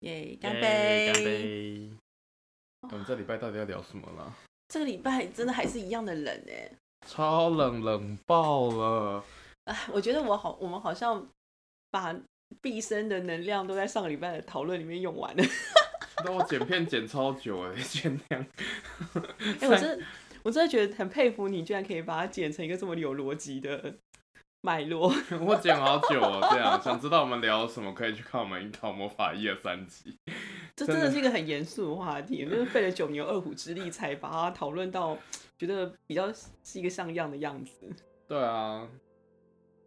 耶，干耶杯！干杯！哇我们这礼拜到底要聊什么啦？这个礼拜真的还是一样的冷哎，超冷，冷爆了！哎，我觉得我好，我们好像把毕生的能量都在上个礼拜的讨论里面用完 了。那我剪片剪超久哎， 剪两。哎、我真的，我真的觉得很佩服你，居然可以把它剪成一个这么有逻辑的脉络。 我剪好久哦，这样想知道我们聊什么，可以去看我们《樱桃魔法一二三集》。这真真的的是一个很严肃的话题，就是费了九牛二虎之力才把它讨论到，觉得比较是一个像样的样子。对啊，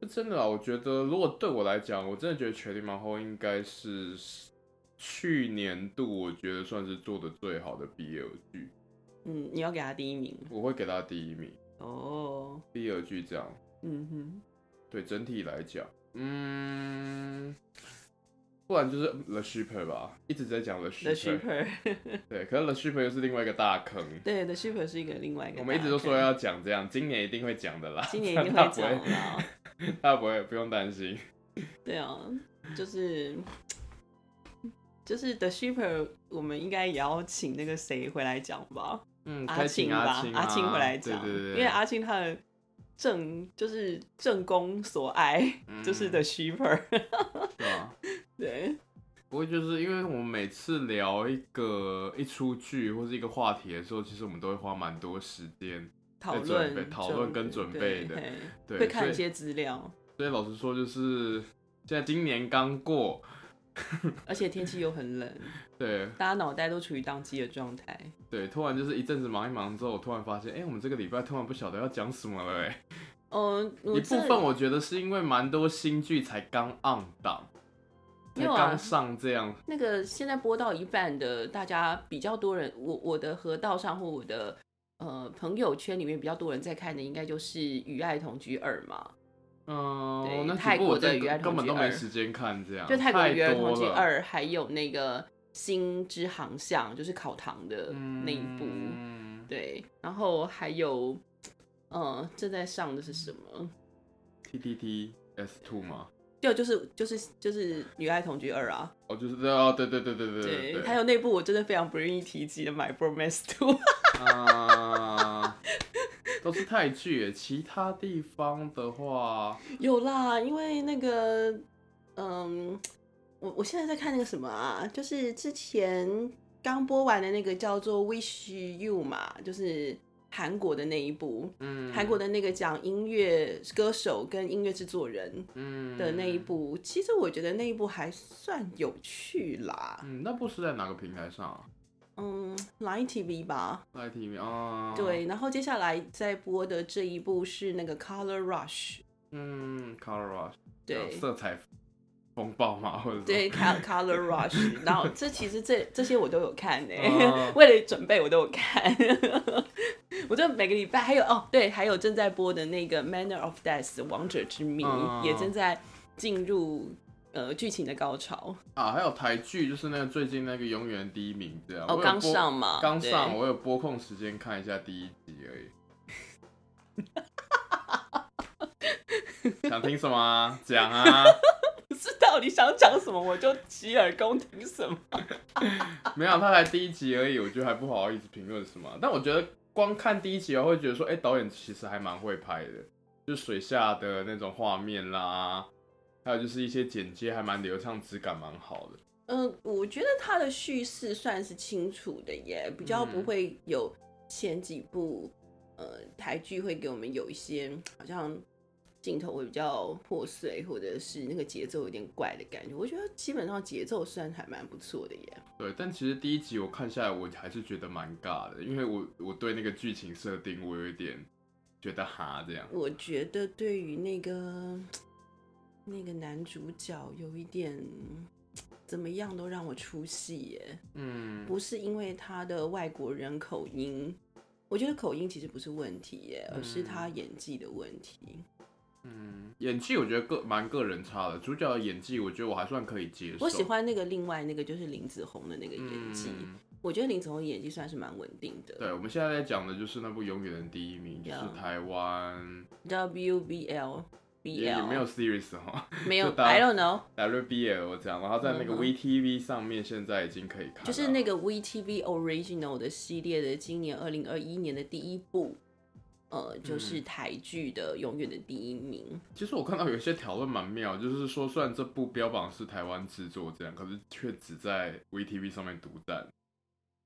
就真的啊，我觉得如果对我来讲，我真的觉得《权力蛮后》应该是去年度我觉得算是做的最好的 BL 剧，嗯，你要给他第一名我会给它第一名。哦。 BL 剧这样，嗯哼，对整体来讲，嗯，不然就是 The Shipper 吧，一直在讲 The 《The Shipper， Shipper》 对，可是 The Shipper 又是另外一个大坑。对，《The Shipper》是一个另外一个大坑。我们一直都说要讲这样，今年一定会讲的啦。今年一定大会家不涨会，啦。大家不会，不用担心。对啊，就是就是 The Shipper，我们应该也要请那个谁回来讲吧，嗯，阿开庆请吧，青，阿阿庆回来对讲，对对，因为阿庆他的正就是正宫所爱、嗯就是 The Shipper， 对吧？对，不过就是因为我们每次聊一个一出剧或是一个话题的时候，其实我们都会花蛮多时间，讨在准备论讨论跟准备的，对嘿对，会看所一以些资料，所以老实说，就是现在今年刚过，而且天气又很冷，对大家脑袋都处于宕机的状态。对，突然就是一阵子忙一忙之后，我突然发现，哎、我们这个礼拜突然不晓得要讲什么了、哎，嗯，我一部这分我觉得是因为蛮多新剧才刚 on 档，没才有啊刚上这样，那个现在播到一半的，大家比较多人，我我的河道上或我的呃朋友圈里面比较多人在看的，应该就是《与爱同居二》嘛，嗯、对那泰几部国我的真《与爱的同根居本都没二时间看这样，就泰国的《与爱啊太同多居了，二》，还有那个《星之航向》，就是考堂的那一部，嗯对，然后还有呃正在上的是什么？ ，T T T S Two 嘛，就就是就是就是《与爱同居二》啊，哦，就是对哦，对对对对对对还有那部我真的非常不愿意提及的《My Bromance Two》。啊， 都是泰剧耶。其他地方的话，有啦，因为那个，嗯，我我现在在看那个什么啊，就是之前刚播完的那个叫做《Wish You》嘛，就是韩国的那一部，嗯，韩国的那个讲音乐歌手跟音乐制作人嗯的那一，部，其实我觉得那一部还算有趣啦，嗯，那部是在哪个平台上啊嗯，Line TV 吧， ？ITV 啊，，对，然后接下来在播的这一部是那个《Color Rush》，嗯，Color Rush，对，色彩风暴嘛，或者什么，对，Col-，Color Rush，然后这其实这这些我都有看呢、哦 为了准备我都有看， 我就每个礼拜还有哦，对，还有正在播的那个《Manner of Death》王者之谜、哦也正在进入呃剧情的高潮，啊，还有台剧，就是那个最近那个永远第一名这样，哦，我有刚播上嘛，刚对上，我有播控时间看一下第一集而已。想听什么啊？讲啊！ 不知道你想讲什么，我就洗耳恭听什么。没有，他才第一集而已，我觉得还不好意思评论什么。啊但我觉得光看第一集，我会觉得说，哎、导演其实还蛮会拍的，就水下的那种画面啦，还有就是一些剪接还蛮流畅，质感蛮好的。嗯，我觉得它的叙事算是清楚的耶，比较不嗯会有前几部、呃台剧会给我们有一些好像镜头会比较破碎，或者是那个节奏有点怪的感觉。我觉得基本上节奏算还蛮不错的耶。对，但其实第一集我看下来，我还是觉得蛮尬的，因为我我对那个剧情设定我有一点觉得哈这样。我觉得对于那个那个男主角有一点怎么样都让我出戏耶。嗯，不是因为他的外国人口音，我觉得口音其实不是问题耶，而是他演技的问题。嗯，演技我觉得个蛮个人差的，主角的演技我觉得我还算可以接受。我喜欢那个另外那个就是林子闳的那个演技，嗯我觉得林子闳的演技算是蛮稳定的。对，我们现在在讲的就是那部《永远的第一名》，就是 Yeah 台湾 W B L 也也 BL，没有 series 哦 哈没有就大，I 家 don't know， ，WBL 我讲，然后在那个嗯哼 VTV 上面现在已经可以看了，就是那个 VTV Original 的系列的今年二零二一年的第一部，呃，嗯就是台剧的永远的第一名。其实我看到有一些讨论蛮妙，就是说虽然这部标榜是台湾制作这样，可是却只在 VTV 上面独占。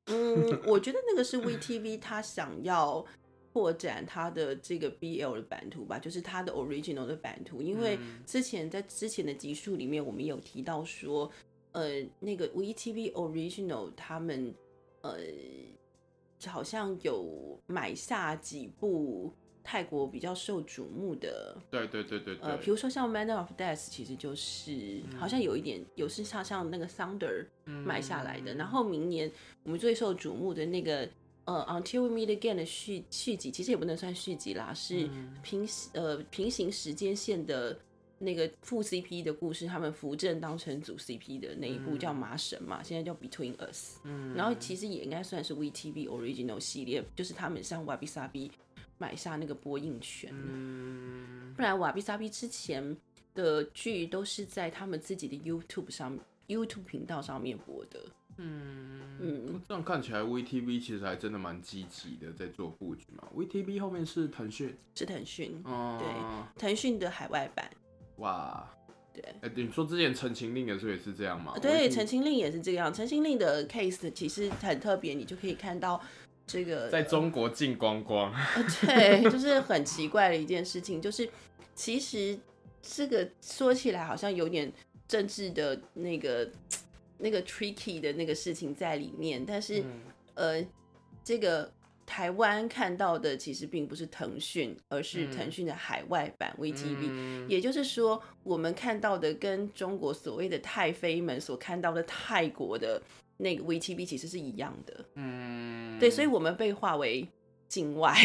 嗯，我觉得那个是 VTV 他想要拓展他的这个 BL 的版图吧，就是他的 original 的版图，因为嗯之前在之前的集数里面，我们有提到说，呃，那个 VTV original 他们呃好像有买下几部泰国比较受瞩目的对对对对对，嗯呃，比如说像《Manner of Death》，其实就是、好像有一点有是像像那个 Thunder 买下来嗯的，然后明年我们最受瞩目的那个呃《Until We Meet Again》的续续集，其实也不能算续集啦，是嗯平、呃平行时间线的。那个副 CP 的故事，他们扶正当成主 CP 的那一部叫《麻神》嘛，现在叫《Between Us》，嗯然后其实也应该算是 VTV Original 系列，就是他们向 Wabi Sabi 买下那个播映权。嗯不然瓦比萨比之前的剧都是在他们自己的 YouTube 上 YouTube 频道上面播的。嗯这样看起来 VTV 其实还真的蛮积极的在做布局嘛。VTV 后面是腾讯，是腾讯，嗯，对腾讯的海外版。哇，对，哎、你说之前《陈情令》的时候哦也是这样嘛？呃对， VTV 陈情令也是这样。陈情令的 case 其实很特别，你就可以看到这个在中国进光光，对，就是很奇怪的一件事情，就是其实这个说起来好像有点政治的那个那个 tricky 的那个事情在里面，但是、嗯呃，这个台湾看到的其实并不是腾讯，而是腾讯的海外版 VTV。嗯也就是说，我们看到的跟中国所谓的太妃们所看到的泰国的那个 VTV 其实是一样的，嗯对，所以我们被划为境 外，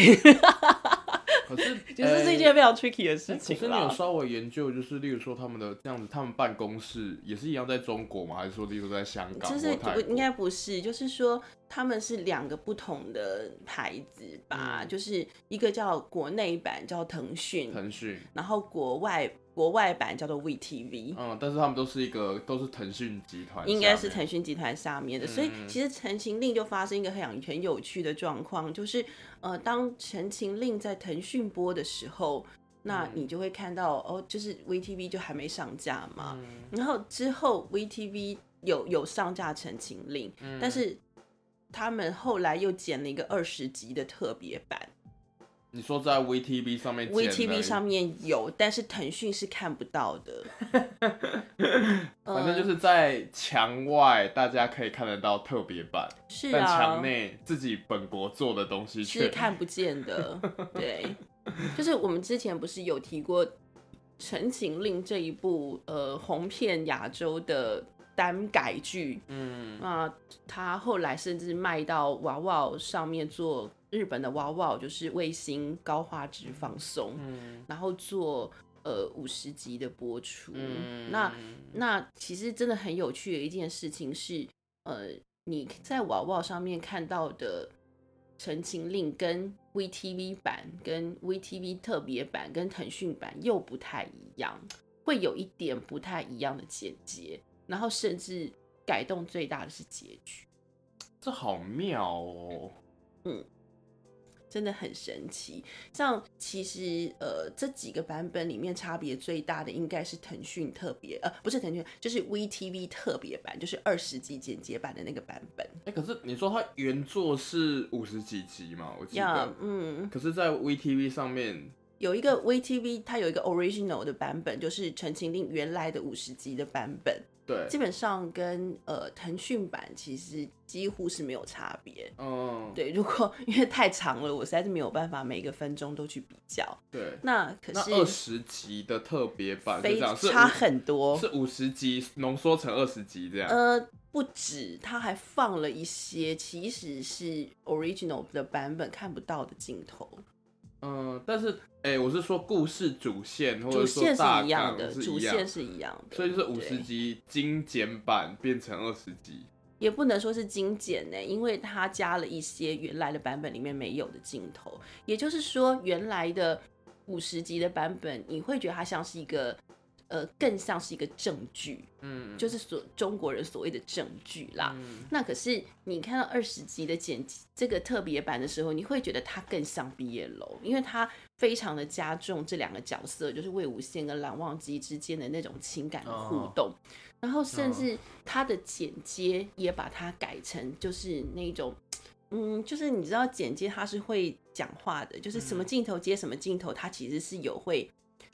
可是 其实是一件非常 tricky 的事哎可情是你有啦。稍微研究，就是例如说他们的这样子，他们办公室也是一样在中国吗？还是说例如在香港就或是泰不国？应该不是，就是说他们是两个不同的牌子吧，嗯就是一个叫国内版叫腾讯，腾讯，然后国外国外版叫做 VTV，、嗯，但是他们都是一个都是腾讯集团下面，应该是腾讯集团下面的。所以嗯其实《陈情令》就发生一个很有很有趣的状况，就是呃，当《陈情令》在腾讯播的时候，嗯那你就会看到哦，就是 VTV 就还没上架嘛，嗯然后之后 VTV 有有上架《陈情令》嗯但是他们后来又剪了一个二十集的特别版你说在 VTV 上面剪的，VTV 上，面有，但是腾讯是看不到的。 反正就是在墙外大家可以看得到特别版，是但啊，墙内自己本国做的东西是却看不见的。 对，就是我们之前不是有提过《陈情令》这一部呃红遍亚洲的单改剧，嗯那、它后来甚至卖到娃娃上面做日本的娃娃，就是卫星高画质放送，嗯然后做呃五十集的播出。嗯那那其实真的很有趣的一件事情是，呃，你在娃娃上面看到的《陈情令》跟 VTV 版、跟 VTV 特别版、跟腾讯版又不太一样，会有一点不太一样的剪接，然后甚至改动最大的是结局，这好妙哦，真的很神奇。像其实呃这几个版本里面差别最大的应该是腾讯特别呃不是腾讯，就是 VTV 特别版，就是二十集剪接版的那个版本。哎、可是你说它原作是五十几集嘛？我记得。呀，嗯，可是，在 VTV 上面，有一个 VTV，它有一个 original 的版本，就是《陈情令》原来的五十集的版本，对，基本上跟呃腾讯版其实几乎是没有差别。嗯，对，如果因为太长了，我实在是没有办法每个分钟都去比较。对。那可那是二十集的特别版是非这样，是差五很多，是五十集浓缩成二十集这样。呃，不止，它还放了一些其实是 original 的版本看不到的镜头。嗯、但是哎、我是说故事主线或主者说线是大一样纲的，是主一样线是一样的，所以就是五对十集精简版变成二十集。也不能说是精简呢，因为它加了一些原来的版本里面没有的镜头，也就是说原来的。五十集的版本，你会觉得它像是一个，呃，更像是一个正剧，嗯，就是啊所中国人所谓的正剧啦。嗯那可是你看到二十集的剪辑这个特别版的时候，你会觉得它更像毕业楼，因为它非常的加重这两个角色，就是魏无羡跟蓝忘机之间的那种情感的互哦动，然后甚至它的剪接也把它改成就是那种。嗯，就是你知道剪接它是会讲话的，就是什么嗯镜头接什么镜头，它其实是有会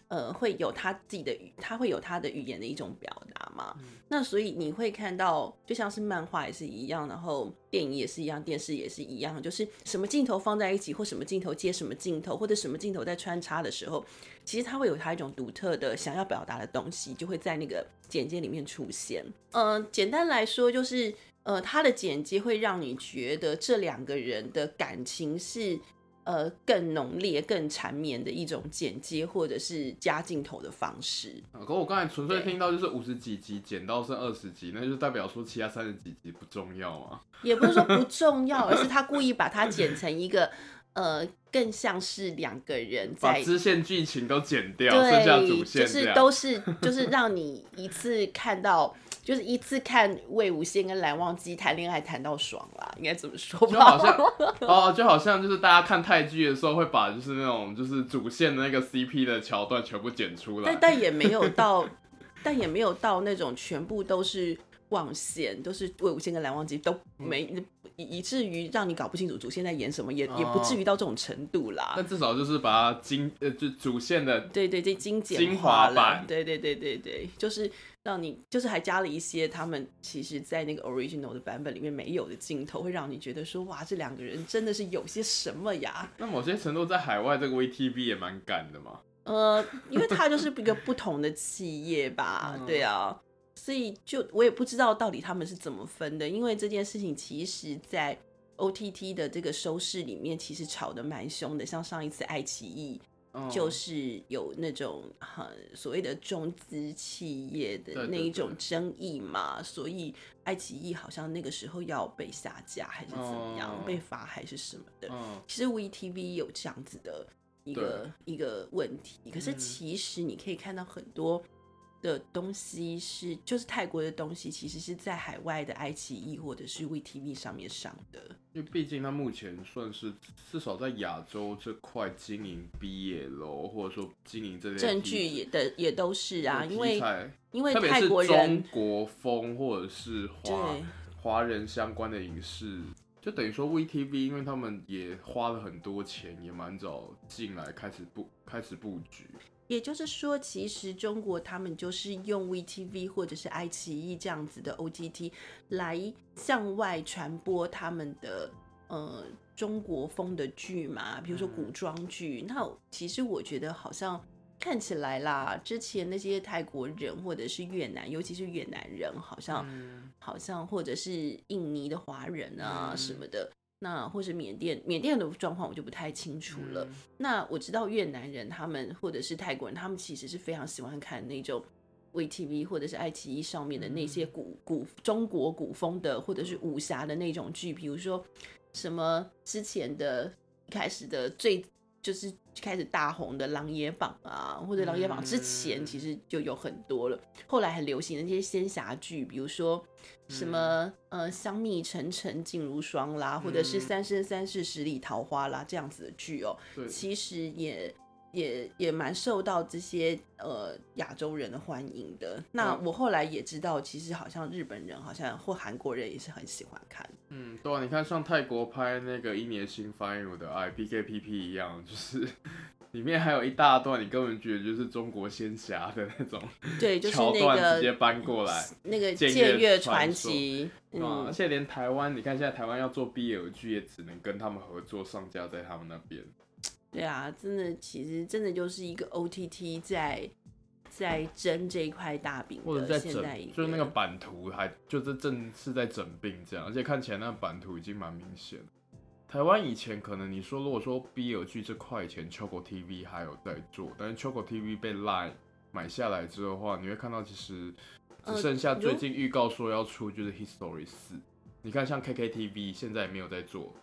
呃，会有他自己的语，他会有他的语言的一种表达嘛。那所以你会看到，就像是漫画也是一样，然后电影也是一样，电视也是一样，就是什么镜头放在一起，或什么镜头接什么镜头，或者什么镜头在穿插的时候，其实它会有它一种独特的想要表达的东西，就会在那个简介里面出现。嗯、简单来说就是，呃，它的简介会让你觉得这两个人的感情是呃更浓烈、更缠绵的一种剪接或者是加镜头的方式。啊可我刚才纯粹对听到就是五十几集减到剩二十集，那就代表说其他三十几集不重要啊。也不是说不重要，而是他故意把它剪成一个呃更像是两个人把在。支线剧情都剪掉，剩下对，主就线这是样。都是就是让你一次看到，就是一次看魏无羡跟蓝忘机谈恋爱谈到爽啦，应该怎么说就吧好？像哦，就好像就是大家看泰剧的时候会把就是那种就是主线的那个 CP 的桥段全部剪出来 但。但也没有到，但也没有到那种全部都是忘线，都是魏无羡跟蓝忘机都没，嗯以以至于让你搞不清楚主线在演什么，也、也哦不至于到这种程度啦。但至少就是把它精呃就主线的对对对，精简精化华了版对对对对对，就是让你就是还加了一些他们其实，在那个 original 的版本里面没有的镜头，会让你觉得说哇，这两个人真的是有些什么呀？那某些程度在海外这个 VTV 也蛮赶的嘛。呃，因为它就是一个不同的企业吧，嗯对啊，所以就我也不知道到底他们是怎么分的，因为这件事情其实，在 OTT 的这个收视里面，其实吵得蛮凶的，像上一次爱奇艺嗯就是有那种很所谓的中资企业的对那对一种对争议嘛，所以爱奇艺好像那个时候要被下架还是怎么样，哦被罚还是什么的，嗯，其实 VTV 有这样子的一个一个问题，可是嗯其实你可以看到很多的东西是，就是泰国的东西，其实是在海外的爱奇艺或者是 VTV 上面上的。因为毕竟它目前算是至少在亚洲这块经营 BL 或者说经营这类证题据也的也都是啊，题因为材因为特别泰是国中人国风或者是华对华人相关的影视，就等于说 VTV，因为他们也花了很多钱，也蛮早进来开始布开始布局。也就是说，其实中国他们就是用 VTV 或者是爱奇艺这样子的 OTT 来向外传播他们的呃中国风的剧嘛，比如嗯说古装剧。那其实我觉得好像看起来啦，之前那些泰国人或者是越南，尤其是越南人，好像、嗯，好像或者是印尼的华人啊嗯什么的。那或者缅甸，缅甸的状况我就不太清楚了。那我知道越南人他们或者是泰国人，他们其实是非常喜欢看那种 VTV 或者是爱奇艺上面的那些古古中国古风的或者是武侠的那种剧，比如说什么之前的一开始的最就是开始大红的《琅琊榜》啊，或者《琅琊榜》之前嗯其实就有很多了，后来很流行的那些仙侠剧，比如说。什么呃，香蜜沉沉烬如霜啦，或者是嗯三生三世十里桃花啦这样子的剧哦，对，其实也也也蛮受到这些呃亚洲人的欢迎的。那嗯我后来也知道，其实好像日本人好像或韩国人也是很喜欢看。嗯，对啊，你看像泰国拍那个《一年新翻译我的哎爱》PKPP 一样，就是 里面还有一大段你根本觉得就是中国仙侠的那种对，就是桥那段直接个搬过来。那个《剑剑月月传传说奇》对啊而嗯，且连台湾，你看现在台湾要做 BL 剧，也只能跟他们合作上架在他们那边。对啊，真的，其实真的就是一个 OTT 在在争这一块大饼或者的在现整在一，就是那个版图还就是正是在整病这样，而且看起来那个版图已经蛮明显了。台湾以前可能你说如果说 BL 剧这块以前 Choco TV 还有在做，但是 Choco TV 被 Line 买下来之后的话，你会看到其实呃只剩下如最近预告说要出就是 History 四，你看像 KKTV 现在也没有在做，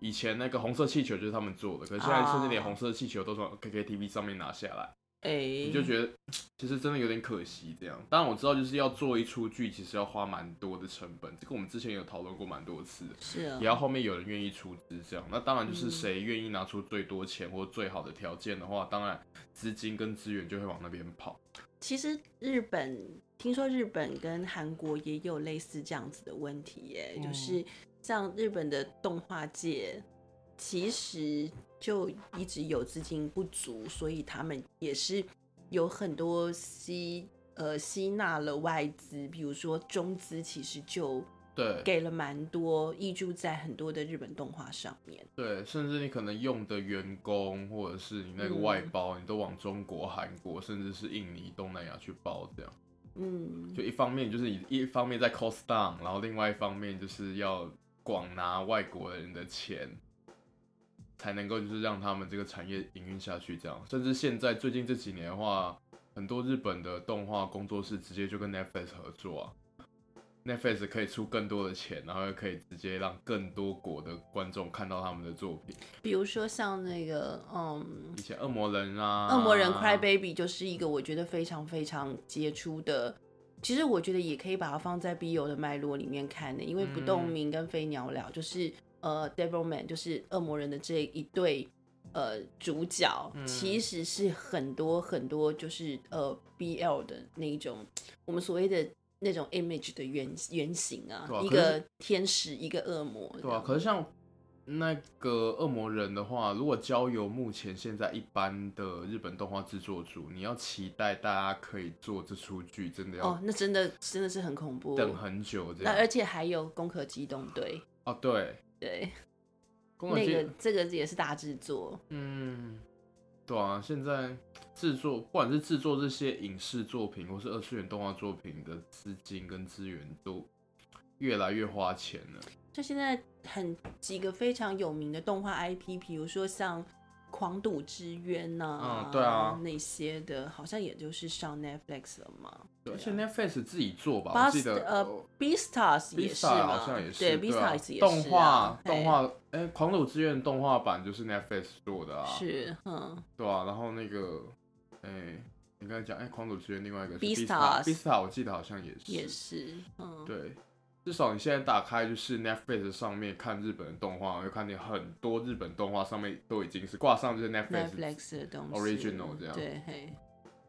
以前那个红色气球就是他们做的，可是现在甚至啊连红色气球都从 KKTV 上面拿下来。哎、你就觉得其实真的有点可惜这样。当然我知道，就是要做一出剧，其实要花蛮多的成本，这个我们之前有讨论过蛮多次的，是啊也，要后面有人愿意出资这样。那当然就是嗯谁愿意拿出最多钱或最好的条件的话，当然资金跟资源就会往那边跑。其实日本听说日本跟韩国也有类似这样子的问题耶，嗯就是像日本的动画界，其实就一直有资金不足，所以他们也是有很多吸呃吸纳了外资，比如说中资其实就对给了蛮多挹注在很多的日本动画上面。对，甚至你可能用的员工或者是你那个嗯外包，你都往中国、韩国甚至是印尼、东南亚去包这样。嗯，就一方面就是你一方面在 cost down，然后另外一方面就是要广拿外国人的钱，才能够就是让他们这个产业营运下去。这样，甚至现在最近这几年的话，很多日本的动画工作室直接就跟 Netflix 合作啊，Netflix 可以出更多的钱，然后又可以直接让更多国的观众看到他们的作品。比如说像那个嗯。以前恶魔人啊，恶魔人 Cry Baby 就是一个我觉得非常非常杰出的，其实我觉得也可以把它放在 BO 的脉络里面看的，因为不嗯动明跟飞鸟了就是呃 Devilman 就是恶魔人的这一对呃主角，嗯其实是很多很多就是呃 BL 的那一种我们所谓的。那种 image 的原原型啊，对啊一可是个天使，一个恶魔这样，对啊，可是像那个恶魔人的话，如果交由目前现在一般的日本动画制作组，你要期待大家可以做这出剧，真的哦要，那真的真的是很恐怖。等很久这那而样。且还有《攻壳机动队》，哦，对，对，宫那崎个骏，这个也是大制作，嗯，对啊，现在制作不管是制作这些影视作品或是二次元动画作品的资金跟资源都越来越花钱了。就现在很几个非常有名的动画 IP，比如说像《狂赌之渊》呐、嗯对啊那些的，好像也就是上 Netflix 了嘛。对，啊而且 Netflix 自己做吧，我 Bust- 记得呃哦 Beastars 也是 Vista 嘛，好像也是，对对啊，Beastars 也是、啊、动画嘿动画，哎、狂赌之愿》动画版就是 Netflix 做的啊，，是，嗯，对啊，然后那个，哎、你刚才讲，哎、狂赌之愿》另外一个是 Beastars Beastars，我记得好像也是，也是，嗯，对，至少你现在打开就是 Netflix 上面看日本的动画，会看见很多日本动画上面都已经是挂上就是 Netflix ，Netflix 的东西 original 这样对，嘿。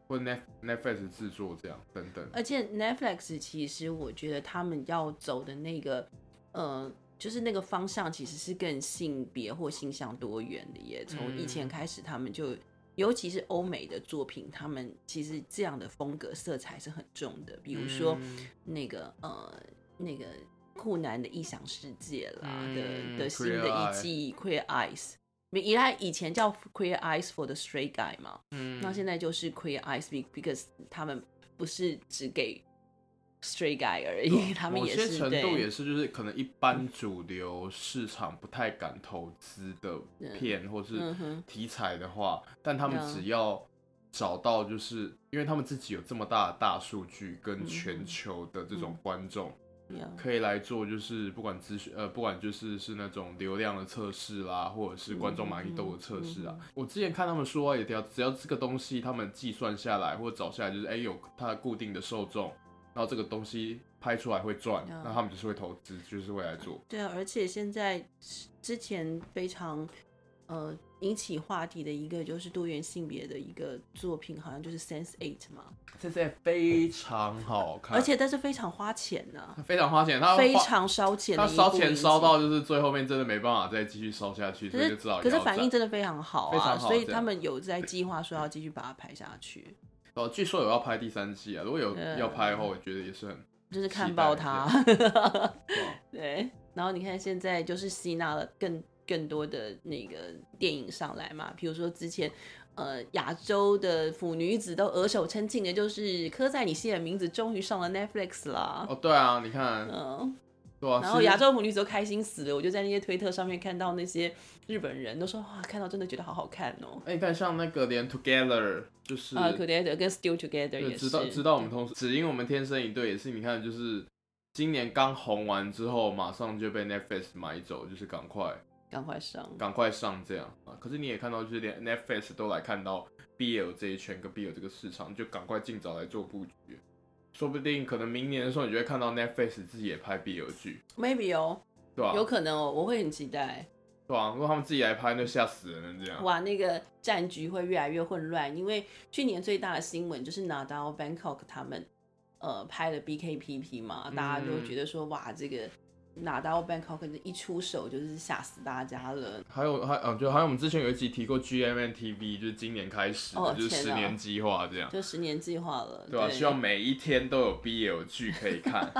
或 Net Netflix 制作这样等等，而且 Netflix 其实我觉得他们要走的那个，呃，就是那个方向其实是更性别或性向多元的耶。从以嗯前开始，他们就、尤其是欧美的作品，他们其实这样的风格色彩是很重的。比如说嗯那个、呃那个酷男的异想世界啦、嗯的的新 Queer 的一 Eye 季 Queer Eyes。以他以前叫 Queer Eyes for the Straight Guy 嘛，嗯那现在就是 queer eyes be- because 他们不是只给 straight guy 而已， 他们某也些是程度也对，是，就是可能一般主流市场不太敢投资的片或是嗯哼题材的话，但他们嗯只要找到，就是因为他们自己有这么大的大数据跟嗯全球的这种观众， Yeah，可以来做，就是不管资讯呃，不管就是是那种流量的测试啦，或者是观众满意度的测试嗯啊。我之前看他们说啊，也只要只要这个东西他们计算下来或者找下来，就是哎、有它的固定的受众，然后这个东西拍出来会赚，嗯那他们就是会投资，就是会 来做。对啊，而且现在之前非常呃引起话题的一个就是多元性别的一个作品，好像就是 Sense Eight 嘛，这些非常好看，而且但是非常花钱呢、非常花钱，他非常烧钱他的一部烧钱影烧集到就是最后面真的没办法再继续烧下去，可所以是就只好可是腰反斩应真的非常好非啊，常好所以这他样们有在计划说要继续把它拍下去，哦，据说有要拍第三季啊，如果有嗯要拍的话，我觉得也是很就是期看待爆一它。哇对，然后你看现在就是吸纳了更更多的那个电影上来嘛，比如说之前，呃，亚洲的腐女子都额手称庆的，就是刻在你心里的名字终于上了 Netflix 啦。哦，对啊，你看，嗯，对啊，然后其实亚洲腐女子都开心死了，我就在那些推特上面看到那些日本人都说哇，看到真的觉得好好看哦。哎、你看像那个连 Together 就是，啊 c o d e t 跟 Still Together 对，也是知道知道我们同时，只因我们天生一对也是，你看就是今年刚红完之后，马上就被 Netflix 买走，就是赶快赶快上。赶快上这样啊！可是你也看到，就是连 Netflix 都来看到 BL 这一圈跟 BL 这个市场，就赶快尽早来做布局。说不定可能明年的时候，你就会看到 Netflix 自己也拍 BL 剧， Maybe 哦，对吧、有可能哦，我会很期待。对啊吧、如果他们自己来拍，那吓死人了这样。哇，那个战局会越来越混乱，因为去年最大的新闻就是拿到 Bangkok 他们呃拍了 BKPP 嘛，大家嗯都觉得说、哇，这个拿到 Bangkok 一出手就是吓死大家了。还有还嗯，就还有我们之前有一集提过 GMMTV，就是今年开始的，哦就是天十啊年计划这样，就十年计划了，对吧、啊希望每一天都有 BL 剧可以看。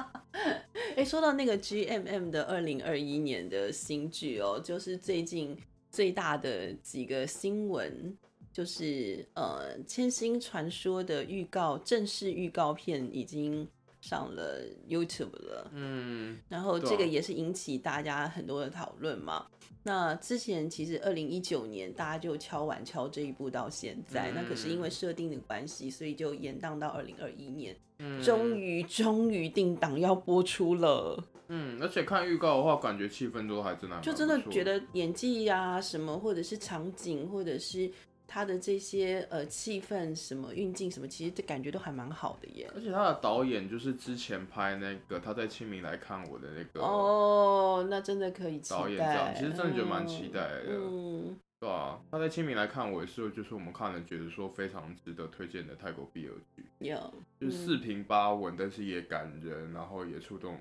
哎、说到那个 GMM 的二零二一年的新剧哦，就是最近最大的几个新闻，就是呃《千星传说》的预告正式预告片已经上了 YouTube 了， 嗯，然后对啊这个也是引起大家很多的讨论嘛。那之前其实二零一九年大家就敲碗敲这一部到现在，嗯那可是因为设定的关系，所以就延宕到二零二一年，终于终于定档要播出了。嗯，而且看预告的话，感觉气氛都还真的还蛮就真的不错觉得演技啊什么，或者是场景，或者是他的这些呃气氛什么运镜什么，其实这感觉都还蛮好的耶。而且他的导演就是之前拍那个他在清明来看我的那个哦，那真的可以期待。导演这样，其实真的觉得蛮期待嗯的，嗯，对啊，他在清明来看我也是，就是我们看了觉得说非常值得推荐的泰国 BL 剧，有就是四平八稳，但是也感人，然后也触动，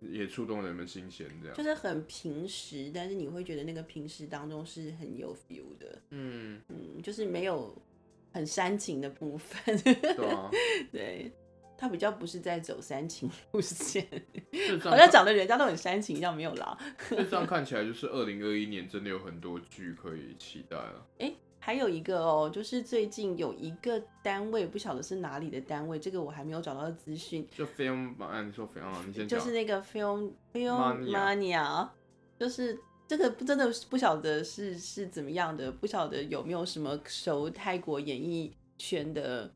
也触动人们心弦这样就。是很平时，但是你会觉得那个平时当中是很有 feel 的，嗯，嗯，就是没有很煽情的部分。对啊， 对，他比较不是在走煽情路线，就这好像样看，讲的人家都很煽情一样，没有啦。就这样看起来，就是二零二一年真的有很多剧可以期待啊了。还有一个哦，就是最近有一个单位，不晓得是哪里的单位，这个我还没有找到资讯，就 film 版，啊你说 film，啊你先就讲。是那个 Film Film Mania Mania，就是这个真的不晓得是是怎么样的，不晓得有没有什么熟泰国演艺圈的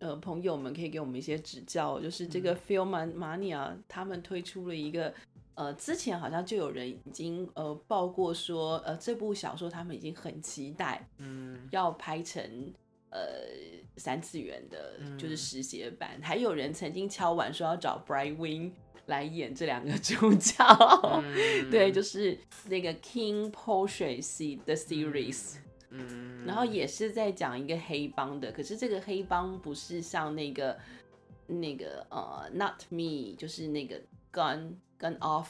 呃朋友们可以给我们一些指教哦。就是这个 Film Mania 他们推出了一个。呃，之前好像就有人已经呃报过说，呃，这部小说他们已经很期待，嗯，要拍成呃三次元的，就是实写版。还有人曾经敲碗说要找 Bright Wing 来演这两个主角， 嗯对，，就是那个 King Portrait 系的 series，、嗯然后也是在讲一个黑帮的，可是这个黑帮不是像那个那个呃 Not Me，就是那个 Gun Gun Off。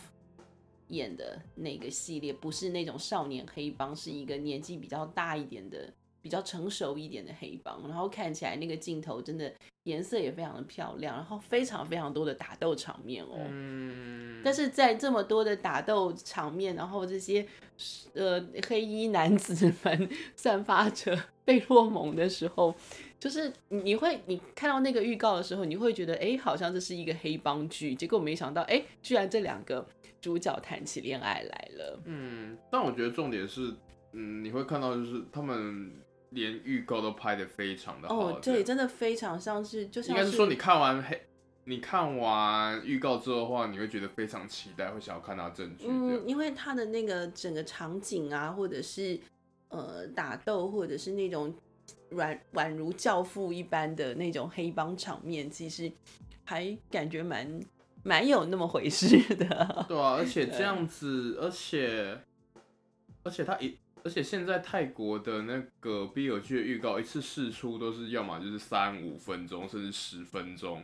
演的那个系列不是那种少年黑帮，是一个年纪比较大一点的、比较成熟一点的黑帮。然后看起来那个镜头真的颜色也非常的漂亮，然后非常非常多的打斗场面哦。嗯，但是在这么多的打斗场面，然后这些呃黑衣男子 们散发着 贝洛蒙的时候，就是你你会你看到那个预告的时候，你会觉得哎、诶好像这是一个黑帮剧，结果没想到哎、诶居然这两个主角谈起恋爱来了。嗯，但我觉得重点是，嗯，你会看到就是他们连预告都拍的非常的好。哦，这样对，真的非常像是，就应像该是说你看完黑，你看完预告之后的话，你会觉得非常期待，会想要看到证据。这样嗯，因为它的那个整个场景啊，或者是呃打斗，或者是那种宛宛如教父一般的那种黑帮场面，其实还感觉蛮蛮有那么回事的。 对啊，而且对这样子，而且而且他一。而且现在泰国的那个 BL 剧的预告，一次试出都是要么就是三五分钟，甚至十分钟。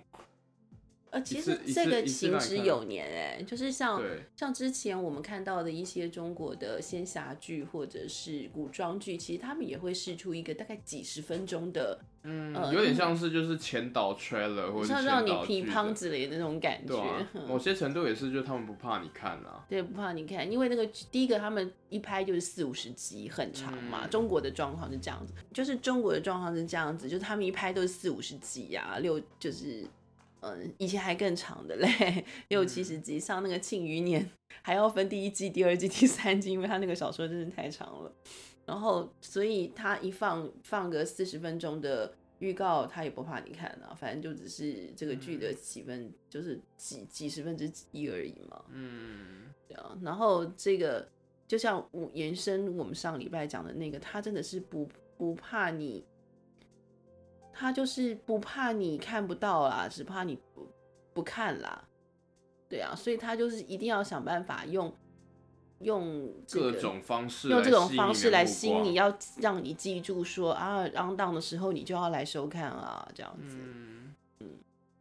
呃，其一实次一这次个一次行让你之看有年哎、就是像对，像之前我们看到的一些中国的仙侠剧或者是古装剧，其实他们也会试出一个大概几十分钟的，嗯，呃有点像是就是前导 trailer 或者像前让你导剧乒这乓样之类的那种感觉。嗯对啊，某些程度也是，就他们不怕你看啊啦。对，不怕你看，因为那个第一个他们一拍就是四五十集，很长嘛。嗯中国的状况是这样子，就是中国的状况是这样子，就是他们一拍都是四五十集呀、六就是。嗯，以前还更长的嘞，六七十集，像那个《庆余年》，还要分第一季、第二季、第三季，因为他那个小说真的太长了。然后，所以他一放放个四十分钟的预告，他也不怕你看啊，反正就只是这个剧的几分，就是几几十分之一而已嘛。嗯，对啊，然后这个就像我延伸我们上礼拜讲的那个，他真的是不不怕你，他就是不怕你看不到啦，只怕你不不看啦。对啊，所以他就是一定要想办法用用、这各个、种方式用这种吸引方你式的来目吸引光你，要让你记住说啊，当当的时候你就要来收看啊，这样子。嗯，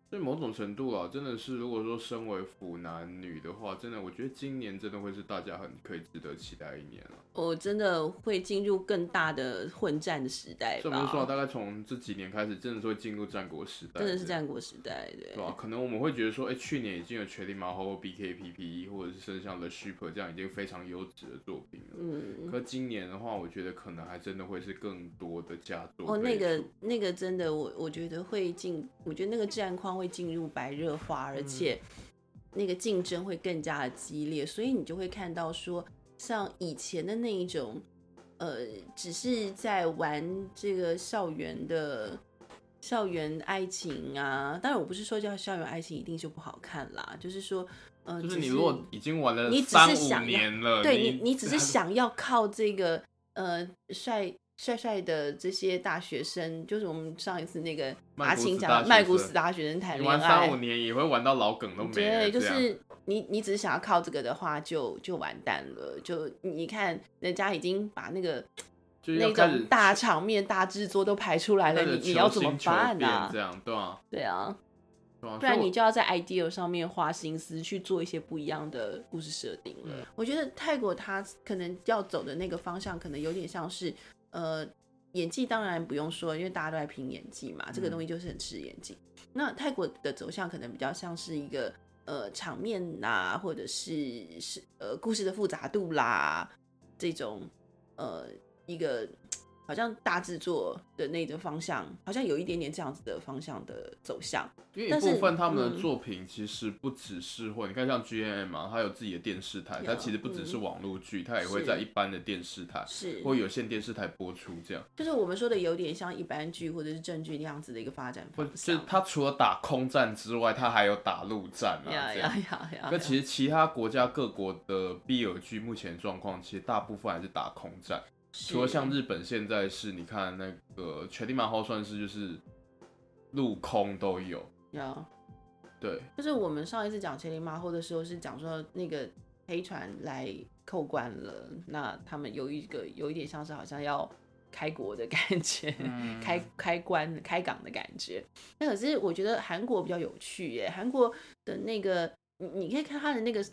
所以某种程度啊，真的是如果说身为腐男女的话，真的我觉得今年真的会是大家很可以值得期待一年啊了、我真的会进入更大的混战的时代这么说吧，啊，大概从这几年开始，真的是会进入战国时代，真的是战国时代，对对吧、可能我们会觉得说，哎、去年已经有《全力马猴》、BKPP E 或者是剩下的 Super 这样已经非常优质的作品了。嗯，可今年的话，我觉得可能还真的会是更多的佳作推出。哦，那个那个真的，我我觉得会进，我觉得那个战况会进入白热化，嗯而且那个竞争会更加的激烈，所以你就会看到说，像以前的那一种，呃，只是在玩这个校园的。校园爱情啊，当然我不是说叫校园爱情一定就不好看啦，就是说，呃，就是只你如果已经玩了你只是三想五要年了，对你，你只是 还想要靠这个呃帅帅帅的这些大学生，就是我们上一次那个曼阿谷青死讲大的学曼谷生死大学生谈你恋玩三五爱，年也会玩到老梗都没了，对，就这样是你你只是想要靠这个的话就，就完蛋了。就你你看人家已经把那个就是要那开种始大场面、大制作都排出来了，开你始你求要怎么新求办变啊这？样对啊，对啊，对啊，不然所以你就要在 idea 上面花心思去做一些不一样的故事设定了。嗯我觉得泰国它可能要走的那个方向，可能有点像是呃演技，当然不用说，因为大家都在拼演技嘛，这个嗯东西就是很吃演技。那泰国的走向可能比较像是一个呃场面呐、或者是是呃故事的复杂度啦这种呃一个。好像大制作的那个方向，好像有一点点这样子的方向的走向，我因为但一是部分他们嗯的作品其实不只是或你看像 G M 嘛，它有自己的电视台，有它其实不只是嗯网络剧，它也会是在一般的电视台是或有线电视台播出这样。就是我们说的有点像一般剧或者是正剧那样子的一个发展或方就是向。它除了打空战之外，它还有打陆战啊呀这呀样。呀呀！那其实其他国家各国的 BL 剧目前状况，其实大部分还是打空战。实除了像日本现在是，你看那个《全力漫号》算是就是陆空都有，呀，对，就是我们上一次讲《千里马后》的时候是讲说那个黑船来扣关了，那他们有一个有一点像是好像要开国的感觉，嗯开开关开港的感觉。那可是我觉得韩国比较有趣耶，韩国的那个你你可以看他的那个。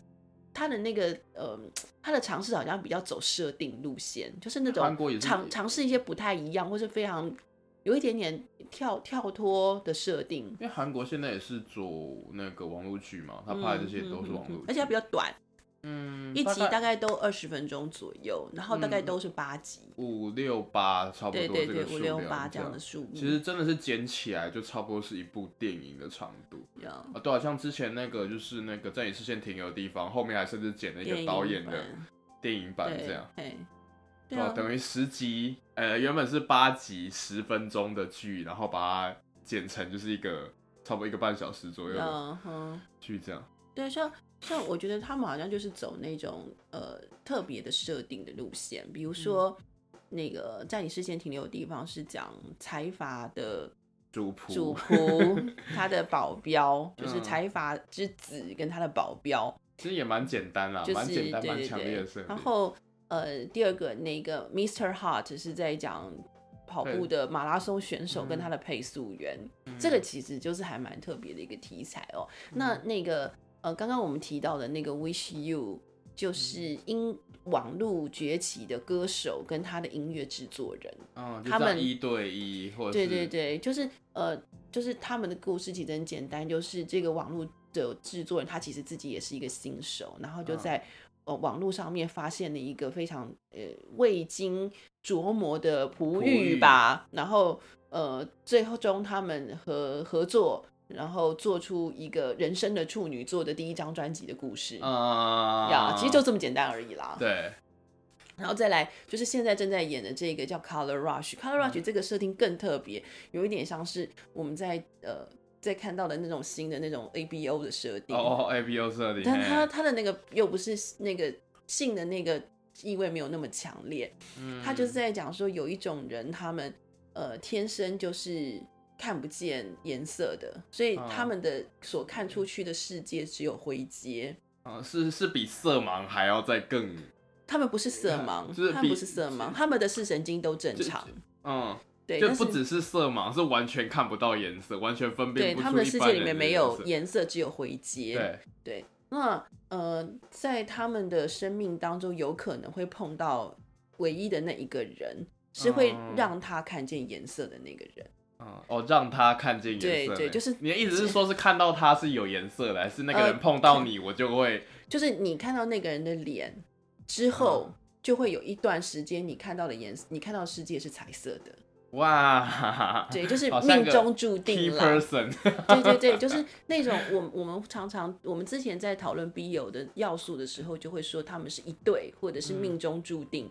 他的那个呃，他的尝试好像比较走设定路线，就是那韩种国也是尝尝试一些不太一样，或是非常有一点点跳跳脱的设定。因为韩国现在也是走那个网络剧嘛，他拍的这些都是网络嗯嗯嗯嗯剧，而且它比较短，嗯一集大大概都二十分钟左右，然后大概都是八集，五六八差不对多对这对，个数五量六八这样的样数目。嗯其实真的是剪起来就差不多是一部电影的长度呀啊，对啊，像之前那个就是那个在影视线停留的地方，后面还甚至剪了一电个影导演的版电影版对这样，，嘿对对啊啊，等于十集，呃，原本是八集十分钟的剧，然后把它剪成就是一个差不多一个半小时左右的嗯哼，剧这样。对，像像我觉得他们好像就是走那种呃特别的设定的路线，比如说。嗯那个在你视线停留的地方是讲财阀的主仆，主 仆，他的保镖就是嗯财阀之子跟他的保镖，其实也蛮简单啦，就蛮是简单，对蛮对强烈对的设定。然后呃，第二个那个 Mr. Hart 是在讲跑步对的马拉松选手跟他的配速员，嗯这个其实就是还蛮特别的一个题材哦。那那个呃，刚刚我们提到的那个 Wish You。就是嗯因网络崛起的歌手跟他的音乐制作人，嗯，就他这样们一对一，或者对是对对，就是呃，就是他们的故事其实很简单，就是这个网络的制作人他其实自己也是一个新手，然后就嗯在、呃网络上面发现了一个非常呃未经琢磨的璞璞玉玉吧，然后呃最后中他们合合作。然后做出一个人生的处女座的第一张专辑的故事呀啊，其实就这么简单而已啦。对，然后再来就是现在正在演的这个叫 Color Rush，Color 嗯 Rush 这个设定更特别，有一点像是我们在呃在看到的那种新的那种 ABO 的设定，哦哦，A B O 哎设定，但它哦嘿它的那个又不是那个性的那个意味没有那么强烈。嗯他就是在讲说，有一种人，他们呃天生就是看不见颜色的，所以嗯他们的所看出去的世界只有灰阶。啊，是是比色盲还要再更他们不是色盲，就是他们不比是色盲，他们的视神经都正常。嗯，对，就但不是只是色盲，是完全看不到颜色，完全分对辨不出一他般们的世界里人面的没颜有色颜色，只有灰阶。对，那呃，在他们的生命当中，有可能会碰到唯一的那一个人，是会嗯让他看见颜色的那个人。嗯，哦，让他看见颜色对嘞。对就是你的意思是说，是看到他是有颜色的，还是那个呃人碰到你，我就会就是你看到那个人的脸嗯之后，就会有一段时间，你看到的颜色，你看到的世界是彩色 的。哇？ 对，就是好像命个中注 key 定了。 person， 对对对，就是那种我我们常常我们之前在讨论 B 友的要素的时候，就会说他们是一对，或者是嗯命中注定。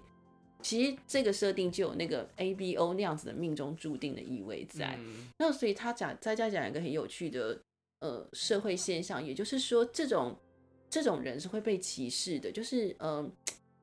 其实这个设定就有那个 A B O 那样子的命中注定的意味在。嗯那所以他讲再加讲一个很有趣的呃社会现象，也就是说这种这种人是会被歧视的，就是呃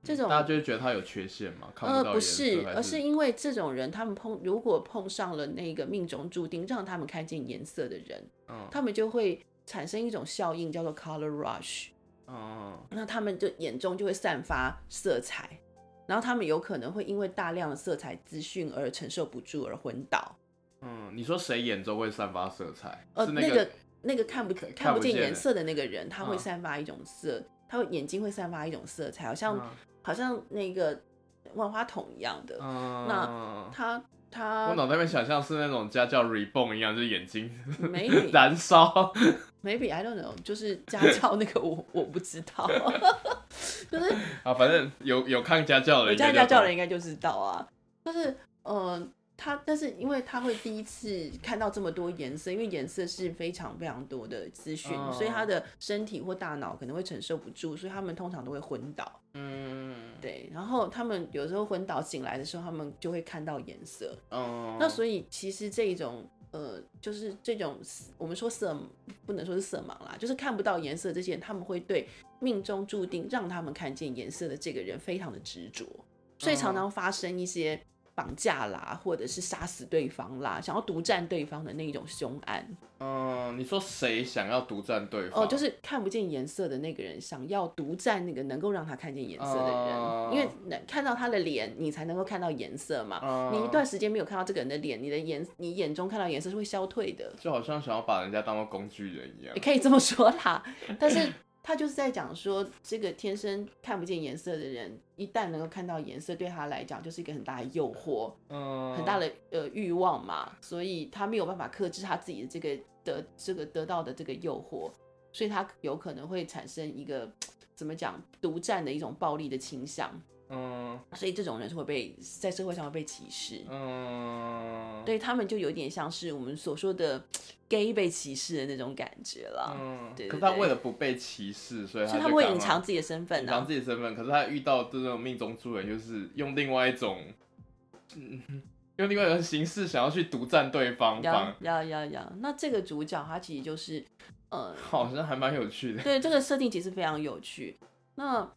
这种大家就会觉得他有缺陷嘛，看呃到不颜色，是，还而是是因为这种人他们碰如果碰上了那个命中注定让他们看见颜色的人，嗯他们就会产生一种效应叫做 color rush，嗯那他们就眼中就会散发色彩。然后他们有可能会因为大量的色彩资讯而承受不住而昏倒，嗯，你说谁眼中会散发色彩？呃，是那个嗯那个看不看看不不见见颜的色的那个人，他会嗯散发一种色，他会眼睛会散发一种色彩，好像、呃嗯好像那个万花筒一样的。嗯，他我他脑袋里面想象是那种家教 reborn 一样，就是眼睛 maybe 燃烧。 maybe I don't know，就是家教那个我我不知道，就是啊，反正有有看家教的我人，家家教人，应该就知道啊。就是呃，他但是因为他会第一次看到这么多颜色，因为颜色是非常非常多的资讯，嗯所以他的身体或大脑可能会承受不住，所以他们通常都会昏倒。嗯对，然后他们有时候昏倒醒来的时候，他们就会看到颜色。嗯，那所以其实这一种呃，就是这种我们说色，不能说是色盲啦，就是看不到颜色这些人，他们会对命中注定让他们看见颜色的这个人非常的执着，所以常嗯常发生一些绑架啦，或者是杀死对方啦，想要独占对方的那一种凶案。嗯，你说谁想要独占对方？哦，就是看不见颜色的那个人，想要独占那个能够让他看见颜色的人，哦因为能看到他的脸，你才能够看到颜色嘛。嗯你一段时间没有看到这个人的脸，你的眼你眼中看到颜色是会消退的，就好像想要把人家当做工具人一样也。可以这么说啦。但 是他就是在讲说，这个天生看不见颜色的人，一旦能够看到颜色，对他来讲就是一个很大的诱惑，嗯，很大的。的呃欲望嘛，所以他没有办法克制他自己的这个得这个得到的这个诱惑，所以他有可能会产生一个怎么讲独占的一种暴力的倾向，嗯所以这种人是会被在社会上会被歧视。嗯，。对他们就有点像是我们所说的 gay 被歧视的那种感觉了，嗯，啊对对可是他对为了不被歧视，所以所以就他们会赶隐快藏自己的身份隐啊藏。自己身份。可是他遇到这种命中注定，就是用另外一种，嗯，用另外一种形式想要去独占对方，要方要要要，那这个主角他其实就是，呃，好像还蛮有趣的。对这个设定其实非常有趣。那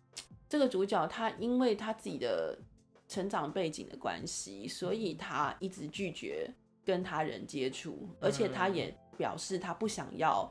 这个主角他因为他自己的成长背景的关系，所以他一直拒绝跟他人接触，而且他嗯也表示他不想要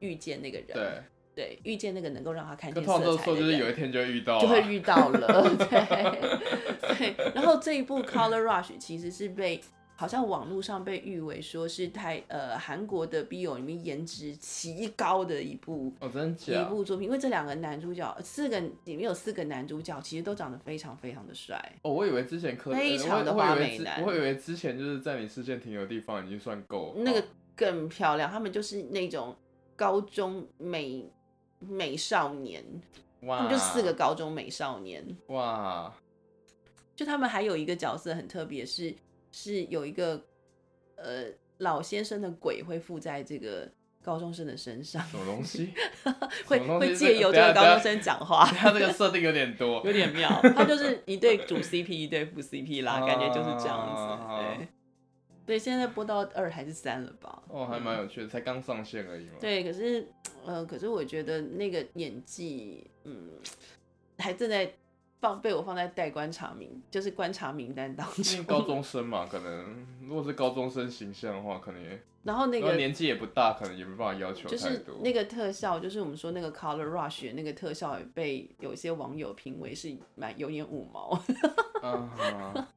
遇见那个人，对，对遇见那个能够让他看可见通常这色种彩时候的就是有人。一天就会遇到啊，就会遇到了， 对对。然后这一部《Color Rush》其实是被好像网络上被誉为说是太呃韩国的 BL 里面颜值奇高的一部哦，真一假？部作品，因为这两个男主角，呃四个里面有四个男主角，其实都长得非常非常的帅。哦，我以为之前可非呃常的我花我以美为之男我以为之前就是在你视线停留的地方已经算够哦那个更漂亮，他们就是那种高中美美少年，哇，他们就四啊个高中美少年。哇，就他们还有一个角色很特别，是是有一个呃老先生的鬼会附在这个高中生的身上，什么 东西？会什么东西会借由这等个一下高中生讲 话。他这个设定有点 多，有 点妙，他就是一对主 CP 一对副 CP 啦，感觉就是这样啊子。对，对，现在播到二还是三了吧？哦，还蛮有趣的，才刚上线而已嘛。对，可是呃，可是我觉得那个演技，嗯，还正在放被我放在待观察名，就是观察名单当因中。为高中生嘛，可能如果是高中生形象的话，可能也然后那然后个年纪也不大，可能也没办法要求就太是多。那个特效，就是我们说那个 Color Rush 的那个特效也被有些网友评为是蛮有点五毛，啊哈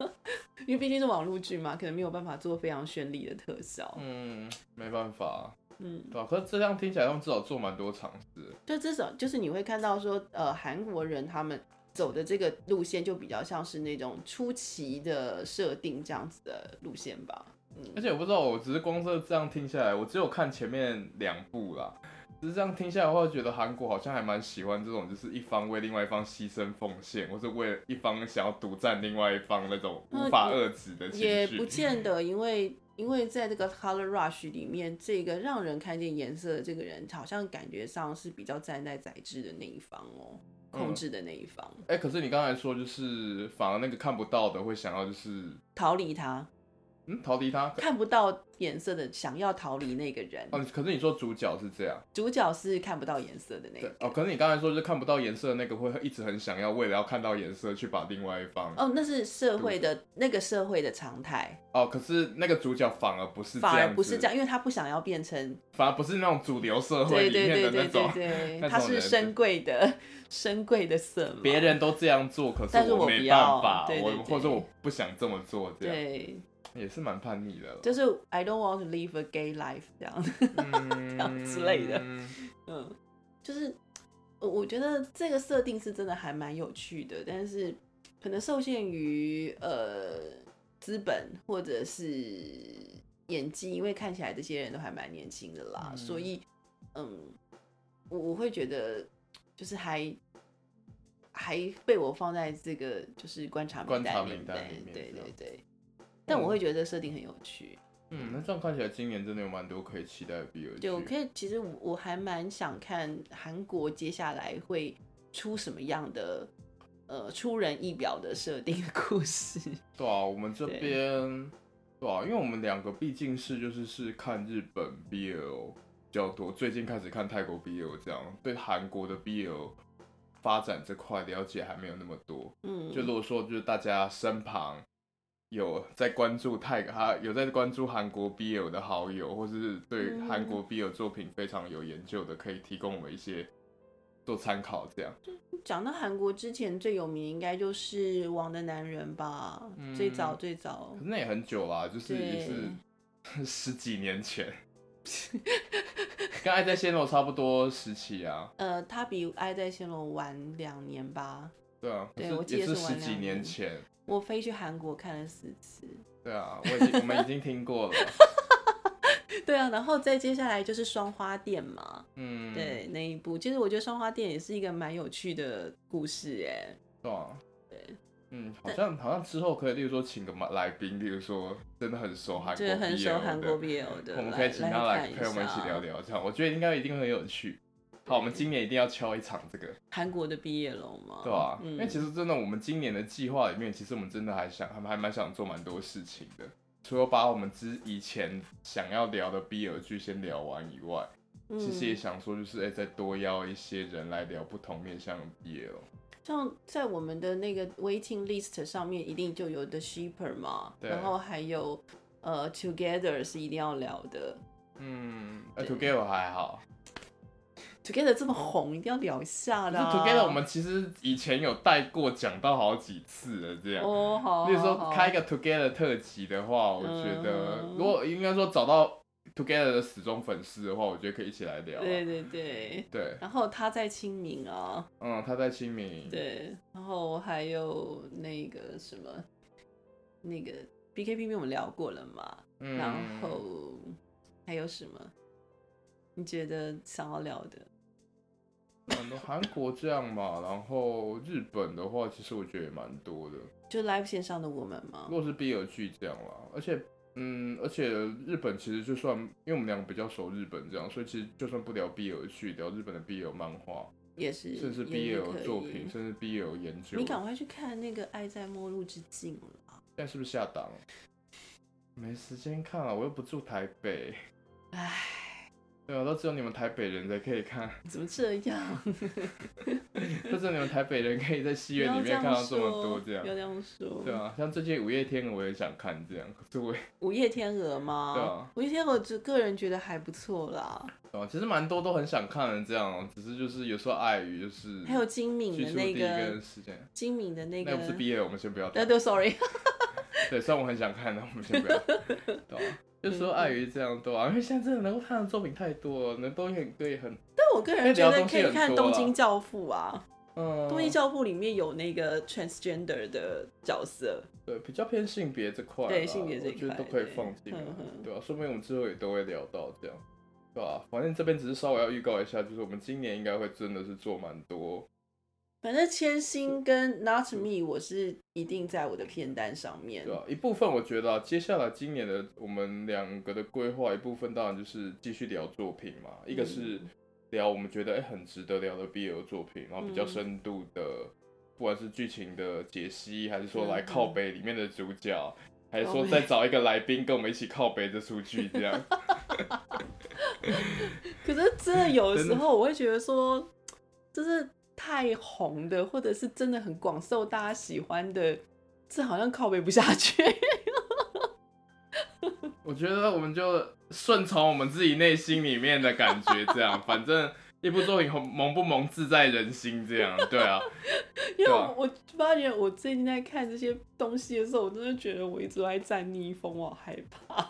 因为毕竟是网络剧嘛，可能没有办法做非常绚丽的特效。嗯，没办法，啊嗯，对吧、可是这样听起来，他们至少做蛮多尝试。就至少就是你会看到说，呃，韩国人他们走的这个路线就比较像是那种出奇的设定这样子的路线吧。嗯而且我不知道，我只是光是这样听下来，我只有看前面两部啦。只是这样听下来的话，觉得韩国好像还蛮喜欢这种，就是一方为另外一方牺牲奉献，或是为了一方想要独占另外一方那种无法遏制的情呃也绪。不见得，因为因为在这个 Color Rush 里面，这个让人看见颜色的这个人，好像感觉上是比较站在宰制的那一方哦，嗯控制的那一方，哎、可是你刚才说，就是反而那个看不到的会想要就是逃离他，嗯逃离他。看不到颜色的想要逃离那个人，哦，可是你说主角是这样，主角是看不到颜色的那对个。哦，可是你刚才说就是看不到颜色的那个会一直很想要，为了要看到颜色去把另外一方哦，那是社会的那个社会的常态，哦，可是那个主角反而不是这反样而不是子这样，因为他不想要变成反而不是那种主流社对会里对对面的对那对种，对， 那他种是人深贵的 深贵的色盲，别人都这样做，可但是我我不没要办法，对对我或者对我不想这么做，这样对也是蛮叛逆的了，就是 I don't want to live a gay life 这样， 嗯之类的嗯，就是呃我觉得这个设定是真的还蛮有趣的，但是可能受限于呃资本或者是演技，因为看起来这些人都还蛮年轻的啦，嗯所以嗯，我我会觉得就是还。还被我放在这个就是观察名观察单里名单里面，面对这样对对。但我会觉得这个设定很有趣，嗯，那这样看起来今年真的有蛮多可以期待的 BL 对，我剧。可以，其实我我还蛮想看韩国接下来会出什么样的呃出人意表的设定的故事。对啊，我们这对边对啊，因为我们两个毕竟是就是是看日本 BL 比较多，最近开始看泰国 BL 这样，对韩国的 BL 发展这块了解还没有那么多。嗯，就如果说就是大家身旁有在关注泰他有在关注韩国 BL 的好友，或是对嗯韩国 BL 作品非常有研究的，可以提供我们一些做参考，这样。讲到韩国之前最有名应该就是《王的男人》吧，嗯最早最早可是那也很久啦，就是对也是 十几年前。跟爱在线路差不多时期啊，呃，他比《爱在暹罗》晚两年吧。对啊，可对是我记也得是是十玩几两年年前，我飞去韩国看了四次， 对啊，我已经我们已经听过了，对啊，然后再接下来就是双花店嘛，嗯，对那一部，其实我觉得双花店也是一个蛮有趣的故事哎、对啊，对，嗯，好像好像之后可以，例如说请个来宾，例如说真的很熟韩国 BL 对，的，很熟韩国 BL 的，我们可以请他来来看一陪我们一起下聊聊，这样我觉得应该一定会很有趣。好，我们今年一定要敲一场这个，韩国的 BL 嘛，对吧、因为哦嗯，其实真的，我们今年的计划里面，其实我们真的还想，还还蛮想做蛮多事情的。除了把我们之以前想要聊的 BL 剧先聊完以外，其实也嗯、想说，就是哎、再多邀一些人来聊不同面向的 BL。像在我们的那个 waiting list 上面，一定就有 The Shipper 嘛，对然后还有呃 Together 是一定要聊的嗯，呃对，Together 还好， ，Together 这么红，一定要聊一下可的、是啊。 Together 我们其实以前有带过讲到好几次了，这样。哦好，例如说好嗯开一个 Together 特辑的话，我觉得如果应该说找到 Together 的死忠粉丝的话，我觉得可以一起来聊啊。对对对，对，然后他在清明啊，嗯，他在清明，对，然后还有那个什么那个 BKB 我们聊过了嘛，嗯，然后还有什么？你觉得想要聊的？很多嗯韩国这样嘛，然后日本的话，其实我觉得也蛮多的。就 live 线上的我们吗如？果是 BL 剧这样啦，而且嗯，而且日本其实就算，因为我们两个比较熟日本这样，所以其实就算不聊 BL 剧，聊日本的 BL 漫画，也是，甚至也是 BL 可作以品，甚至 BL 研究，你赶快去看那个《爱在末路之境》了。现在是不是下档？没时间看了，我又不住台北。唉，对啊，都只有你们台北人才可以看，怎么这 样？都只有你们台北人 可以在戏院里面看到这么多这样不。要这样说。对啊，像最近《午夜天鹅》我也想看这样，可是我也午夜天鹅吗？对啊午夜天鹅，只个人觉得还不错啦。哦，其实蛮多都很想看的这样哦，只是就是有时候碍于就是还有金敏去的出第那一个个，时间，金敏的那那个，不是毕业了，我们先不要呃，谈。对，sorry， 对，虽然我很想看，但我们先不要谈。对啊，就是说碍于这样对啊，因为现在真的能够看的作品太多了，能东西很多也很但我个人觉因为聊得东西可以很看《多啦东京教父》啊，嗯， 《东京教父》里面有那个 transgender 的角色，对，比较偏性别这块啦，对性别这一我觉得块都可以对放进来嗯，嗯对啊，说不定我们之后也都会聊到这样，对吧、反正这边只是稍微要预告一下，就是我们今年应该会真的是做蛮多，反正千星跟 Not Me 我是一定在我的片单上面对。吧、一部分我觉得啊，接下来今年的我们两个的规划，一部分当然就是继续聊作品嘛，一嗯个是聊我们觉得哎、很值得聊的 BL 作品，然后比较嗯深度的，不管是剧情的解析，还是说来嗯嗯哦靠北里面的主角。还是靠说北再找一个来宾跟我们一起靠北这出剧这 样，可是真的有真时的候我会觉得说，就是太红的，或者是真的很广受大家喜欢的，这好像靠背不下去。 我觉得我们就顺从我们自己内心里面的感觉，这样，反正一部作品红萌不萌自在人心，这样，对啊，因为对啊我我发觉我最近在看这些东西的时候，我真的觉得我一直都在占逆风，我好害怕。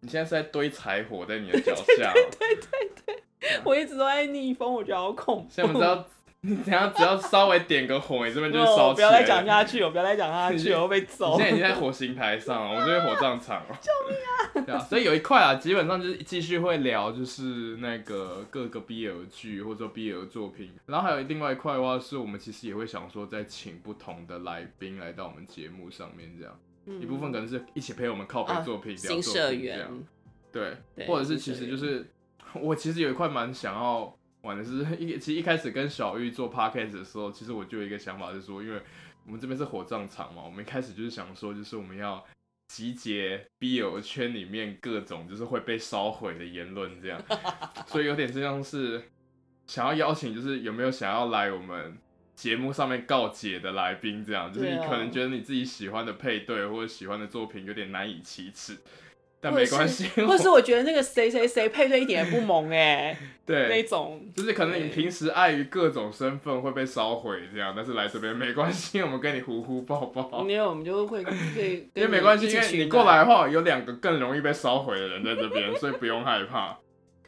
你现在是在堆柴火在你的脚下哦，我一直都在逆风，我觉得好恐怖。所以啊我们只 要你等下只要稍微点个火，你这边就是哦烧不起要再来了。讲下去，我不要再讲下 你去，现我会被你揍现。在已经在火刑台上了，我们这边火葬场了。救命啊！对啊，所以有一块啊，基本上就是继续会聊，就是那个各个 BL 剧或者说 BL 作品，然后还有另外一块的话，是我们其实也会想说再请不同的来宾来到我们节目上面，这样、嗯啊一部分可能是一起陪我们靠北作品、聊作新品社这员 样，对，对或者是其新社实员就是我其实有一块蛮想要玩的是，一其实一开始跟小玉做 podcast 的时候，其实我就有一个想法是说，因为我们这边是火葬场嘛，我们一开始就是想说，就是我们要集结 BL 圈里面各种就是会被烧毁的言论这 样，所以有点像是想要邀请，就是有没有想要来我们。节目上面告解的来宾，这样就是你对啊可能觉得你自己喜欢的配对或者喜欢的作品有点难以启齿，但或没者是关系， 或者是我觉得那个谁谁谁配对一点也不萌哎、那对，种。就是可能你对平时碍于各种身份会被烧毁这样，但是来这边没关系，我们跟你呼呼抱抱，因为我们就会会， 因为哦没关系，因为你过来，的话，有两个更容易被烧毁的人在这 边，所以不用害怕。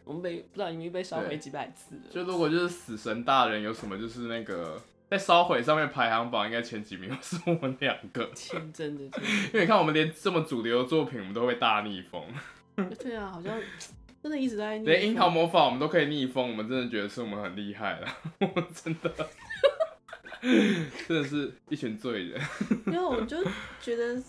我们被不知道你们被烧毁几百次了。 就如果就是死神大人有什么，就是那个在烧毁上面排行榜应该前几名是我们两个， 天真的，真因为你看我们连这么主流的作品我们都会大逆风，的对啊，好像真的一直在逆风连樱桃魔法我们都可以逆风，我们真的觉得是我们很厉害了， 我们真的真的是一群罪人。因为我就觉得，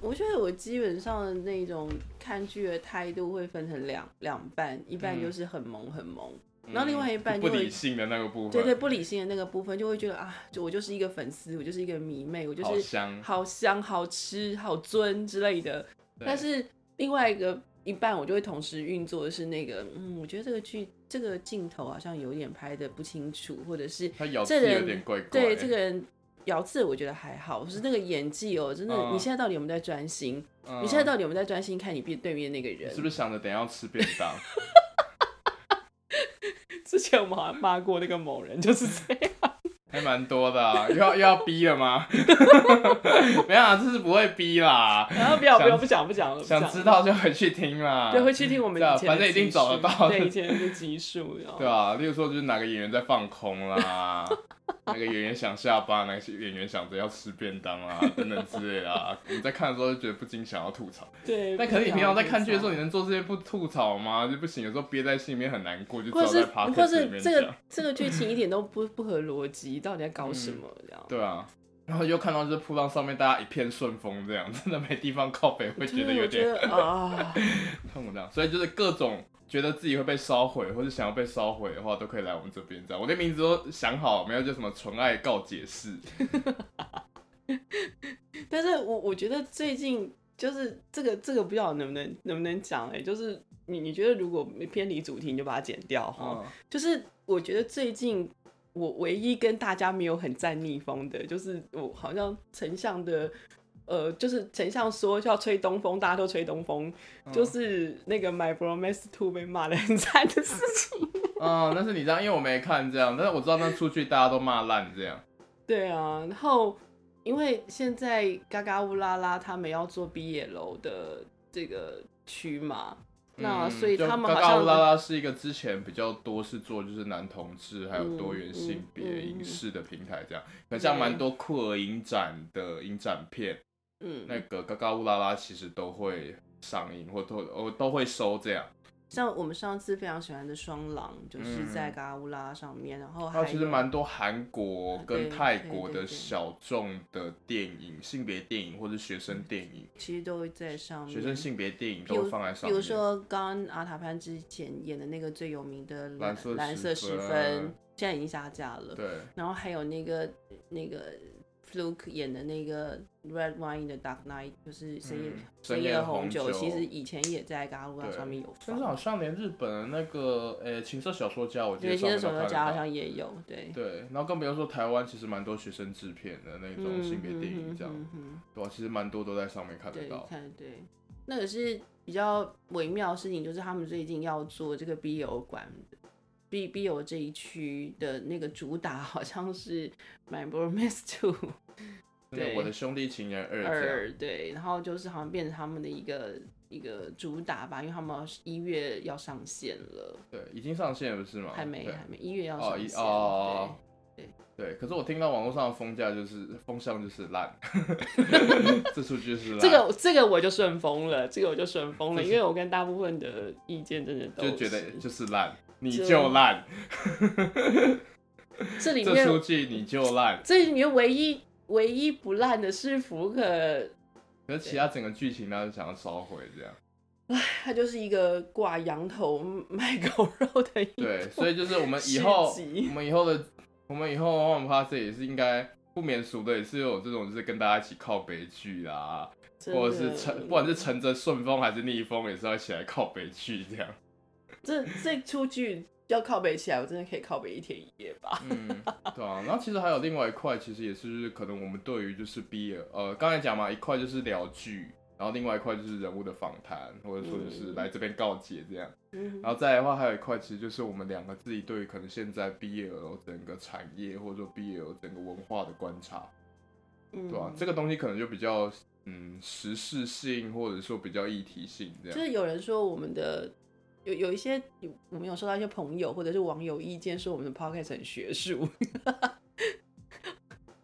我觉得我基本上的那种看剧的态度会分成两两半，一半嗯就是很萌很萌，然后另外一半不就会理性的那个部分，对对，不理性的那个部分就会觉得啊，就我就是一个粉丝，我就是一个迷妹，我就好是香。好香、好吃、好尊之类的。对但是另外一个一半，我就会同时运作的是那个，嗯，我觉得这个剧这个镜头好像有点拍的不清楚，或者是他咬字这人有点怪怪。对这个人咬字，我觉得还好，是那个演技哦，真的，嗯你现在到底有没有在专心？嗯，你现在到底有没有在专心看你面对面那个你人？是不是想着等一下要吃便当？ 之前我们好像骂过那个某人，就是这样。还蛮多的啊，又要又要逼了吗？ 没有啊，这是不会逼 啦。然后不要不要想不讲不讲了，不讲想了知。道就回去听啦。对，会去听我们对啊以前的集数，反正一定找得到对以前的集数，然后对啊，例如说就是哪个演员在放空啦， 哪个演员想下班，哪个演员想着要吃便当啊，等等之类的啊。我们在看的时候就觉得不禁想要吐槽。对。但可是你平常在看剧的时候，不讲了你能做这些不吐槽吗？就不行，有时候憋在心里面很难过，就只或好是在或 podcast 里是面这讲。个这个剧情一点都不不合逻辑，到底在搞什么这样？对啊，然后又看到就是铺浪上面大家一片顺风这样， 真的没地方靠北，会觉得有点我觉得啊， 痛苦这样。所以就是各种觉得自己会被烧毁，或是想要被烧毁的话，都可以来我们这边这样。我连名字都想好，没有叫什么纯爱告解室，但是我我觉得最近就是这个这个不知道能不能能不能讲哎、就是你你觉得如果偏离主题，你就把它剪掉哈。嗯，就是我觉得最近我唯一跟大家没有很占逆风的，就是我好像丞相的，呃，就是丞相说要吹东风，大家都吹东风，嗯就是那个 My Promise Two 被骂的很惨的事情。 嗯，但是你知道，因为我没看这样，但是我知道那出去大家都骂烂这样。对啊，然后因为现在嘎嘎乌拉拉他们要做毕业楼的这个区嘛，那嗯所以就他们好嘎嘎乌像拉拉是一个之前比较多是做就是男同志还有多元性嗯别嗯嗯影视的平台这样，可像蛮多酷儿影展的影展片，嗯，那个嘎嘎乌拉拉其实都会上映或都哦都会收这样。像我们上次非常喜欢的双狼，就是嗯在嘎嘎乌拉上面，然哦后还它其实有蛮多韩国跟对泰对国对的对小众的电影、性别电影或者学生电影、其实都会在上面。学生性别电影嗯比都如会放在比上如面。说，刚刚阿塔潘之前演的那个最有名的蓝色蓝十色十分分，现在已经下架了。对，然后还有那个那个 Fluke 演的那个 Red Wine 的 Dark Night，就是深夜、嗯深深夜夜红红酒其实以前也在嘎嘎乌拉对上面有甚放至，好像连日本的那个呃、情色小说家，我记因得为上现在面都手游看得家好到。像也有，对，对，然后更不用说台湾其实蛮多学生制片的那种性别电影这样，嗯哼哼哼对吧、啊其实蛮多都在上面看得对，到。看对，那个是比较微妙的事情，就是他们最近要做这个 BO 馆，B BO 这一区的那个主打好像是《My Bromance Two》那个对我的兄弟情人二这样，二，对，然后就是好像变成他们的一个一个主打吧，因为他们一月要上线了，对，已经上线了不是吗？还没哦对还没一月要哦上一线，哦对对，可是我听到网络上的风价就是风向就是烂， 这数据是烂，这个这个我就顺风了，这个我就顺风 了，这因是为我跟大部分的意见真的都就觉是得就是烂，你就就烂，这里这面数据你就烂，这里面唯一唯一不烂的是福克，可是其他整个剧情他就想要烧毁这样。他就是一个挂羊头卖狗肉的一部 对，所以就是我们以后，续集我们以后的，我们以后的话，我们 p 这也是应该不免俗的，也是有这种就是跟大家一起靠悲剧啦，真的或者是乘，不管是乘着顺风还是逆风，也是要一起来靠悲剧嗯这样。这这出剧要靠北起来，我真的可以靠北一天一夜吧。嗯，对啊。然后其实还有另外一块，其实也是可能我们对于就是 BL，呃，刚才讲嘛，一块就是聊剧，然后另外一块就是人物的访谈，或者说就是嗯来这边告解这样。嗯然后再来的话，还有一块其实就是我们两个自己对于可能现在 BL 整个产业或者说 BL 整个文化的观察，对吧、这个个东西可能就比较嗯时事性，或者说比较议题性这就样。是有人说我们的。有有一些，有我们有收到一些朋友或者是网友意见，说我们的 podcast 很学术，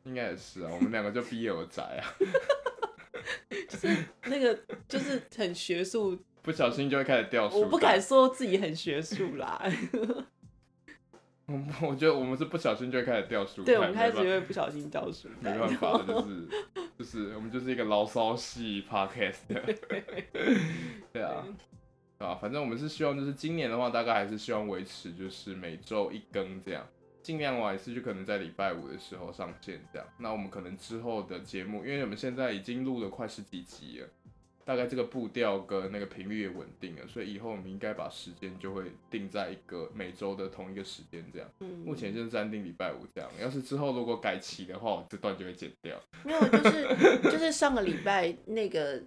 应该也是啊，我们两个就 BL 宅啊，就是那个就是很学术，不小心就会开始掉书袋。我不敢说自己很学术啦。 我，我觉得我们是不小心就会开始掉书袋。对，我们开始没办会不小心掉书袋，没办法，就是就是我们就是一个牢骚系 podcast 的，对啊，啊，反正我们是希望就是今年的话，大概还是希望维持就是每周一更这样，尽量晚一次就可能在礼拜五的时候上线这样。那我们可能之后的节目，因为我们现在已经录了快十几集了。大概这个步调跟那个频率也稳定了，所以以后我们应该把时间就会定在一个每周的同一个时间这样。 嗯目前就是暂定礼拜五这样，要是之后如果改期的话，我这段就会剪掉。没有，就是就是上个礼拜那个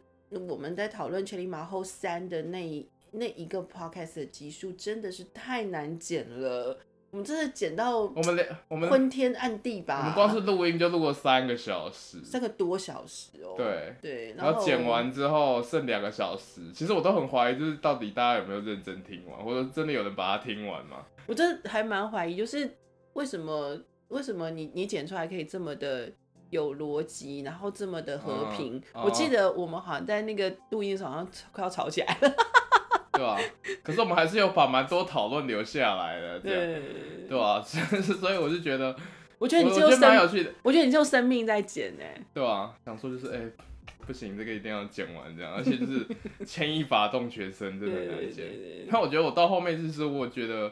我们在讨论《千里马后三》的那一那一个 podcast 的集数，真的是太难剪了，我们真的剪到我们连我们我昏天暗地吧。们光是录音就录了三个小时，三个多小时哦。对对，然后后剪完之后剩两个小时，其实我都很怀疑，就是到底大家有没有认真听完，或者真的有人把它听完吗？我真的还蛮怀疑，就是为什么为什么你你剪出来可以这么的有逻辑，然后这么的和嗯平？哦我记得我们好像在那个录音室好像快要吵起来了。对 吧、可是我们还是有把蛮多讨论留下来的，这样对，对吧、 所以所以我就觉得，我觉我得你我只觉有得蛮生有趣的，我觉得你就生命在剪哎、对吧、想说就是哎、不行，这个一定要剪完这样，而且就是 牵一发动全身，真的很难剪。对那我觉得我到后面就是我觉得，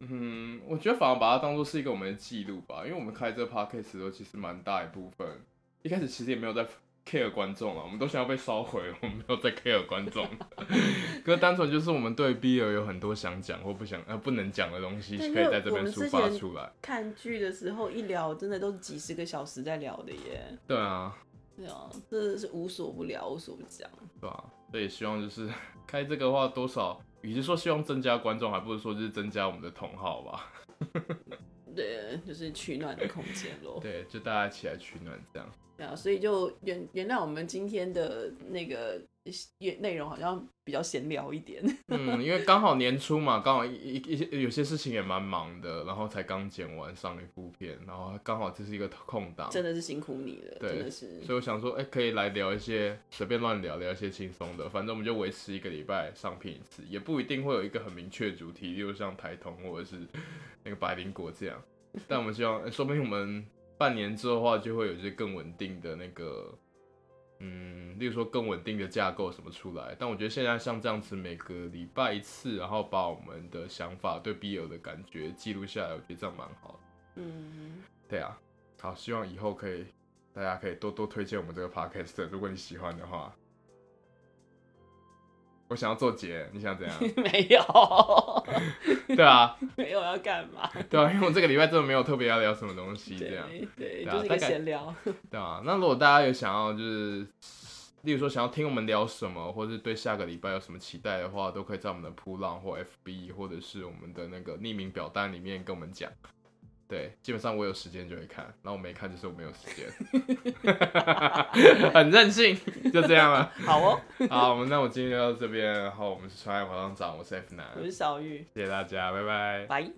嗯，我觉得反而把它当做是一个我们的记录吧，因为我们开这个 podcast 的时候，其实蛮大一部分，一开始其实也没有在 care 观众了，啊我们都想要被烧毁，我们没有在 care 观众。 可是单纯就是我们对 BL 有很多想讲或不想呃不能讲的东西，对可以在这因为我边们抒之发前出来。看剧的时候一聊，真的都是几十个小时在聊的耶。对啊，对啊，真的是无所不聊，无所不讲。对啊，所以希望就是 开这个的话，多少与其说希望增加观众，还不如说就是增加我们的同好吧。对，就是取暖的空间咯。 对，就大家一起来取暖这样。对啊，所以就原原谅我们今天的那个内内容好像比较闲聊一点。嗯，因为刚好年初嘛，刚好一一一些有些事情也蛮忙的，然后才刚剪完上一部片，然后刚好这是一个空档，真的是辛苦你了，对真的是。所以我想说，哎、可以来聊一些随便乱聊，聊一些轻松的，反正我们就维持一个礼拜上片一次，也不一定会有一个很明确的主题，例如像台通或者是那个百灵果这样。但我们希望，哎说不定我们半年之后的话，就会有一些更稳定的那个，嗯，例如说更稳定的架构什么出来。但我觉得现在像这样子，每个礼拜一次，然后把我们的想法对 BL 的感觉记录下来，我觉得这样蛮好的。嗯， 对啊，好，希望以后可以，大家可以多多推荐我们这个 podcast，如果你喜欢的话。我想要做结，你想怎样？没有， 对啊，没有要干嘛？对啊，因为我这个礼拜真的没有特别要聊什么东西，这样，对对，对啊就是一大个概闲聊。对啊。那如果大家有想要就是，例如说想要听我们聊什么，或是对下个礼拜有什么期待的话，都可以在我们的扑浪或 FB 或者是我们的那个匿名表单里面跟我们讲。对，基本上我有时间就会看，然后我没看就是我没有时间， 很任性，就这样了。好 哦，好，我们那我今天就到这边，然后我们是穿爱华上长，我是 F 男，我是小玉，谢谢大家，拜拜。拜。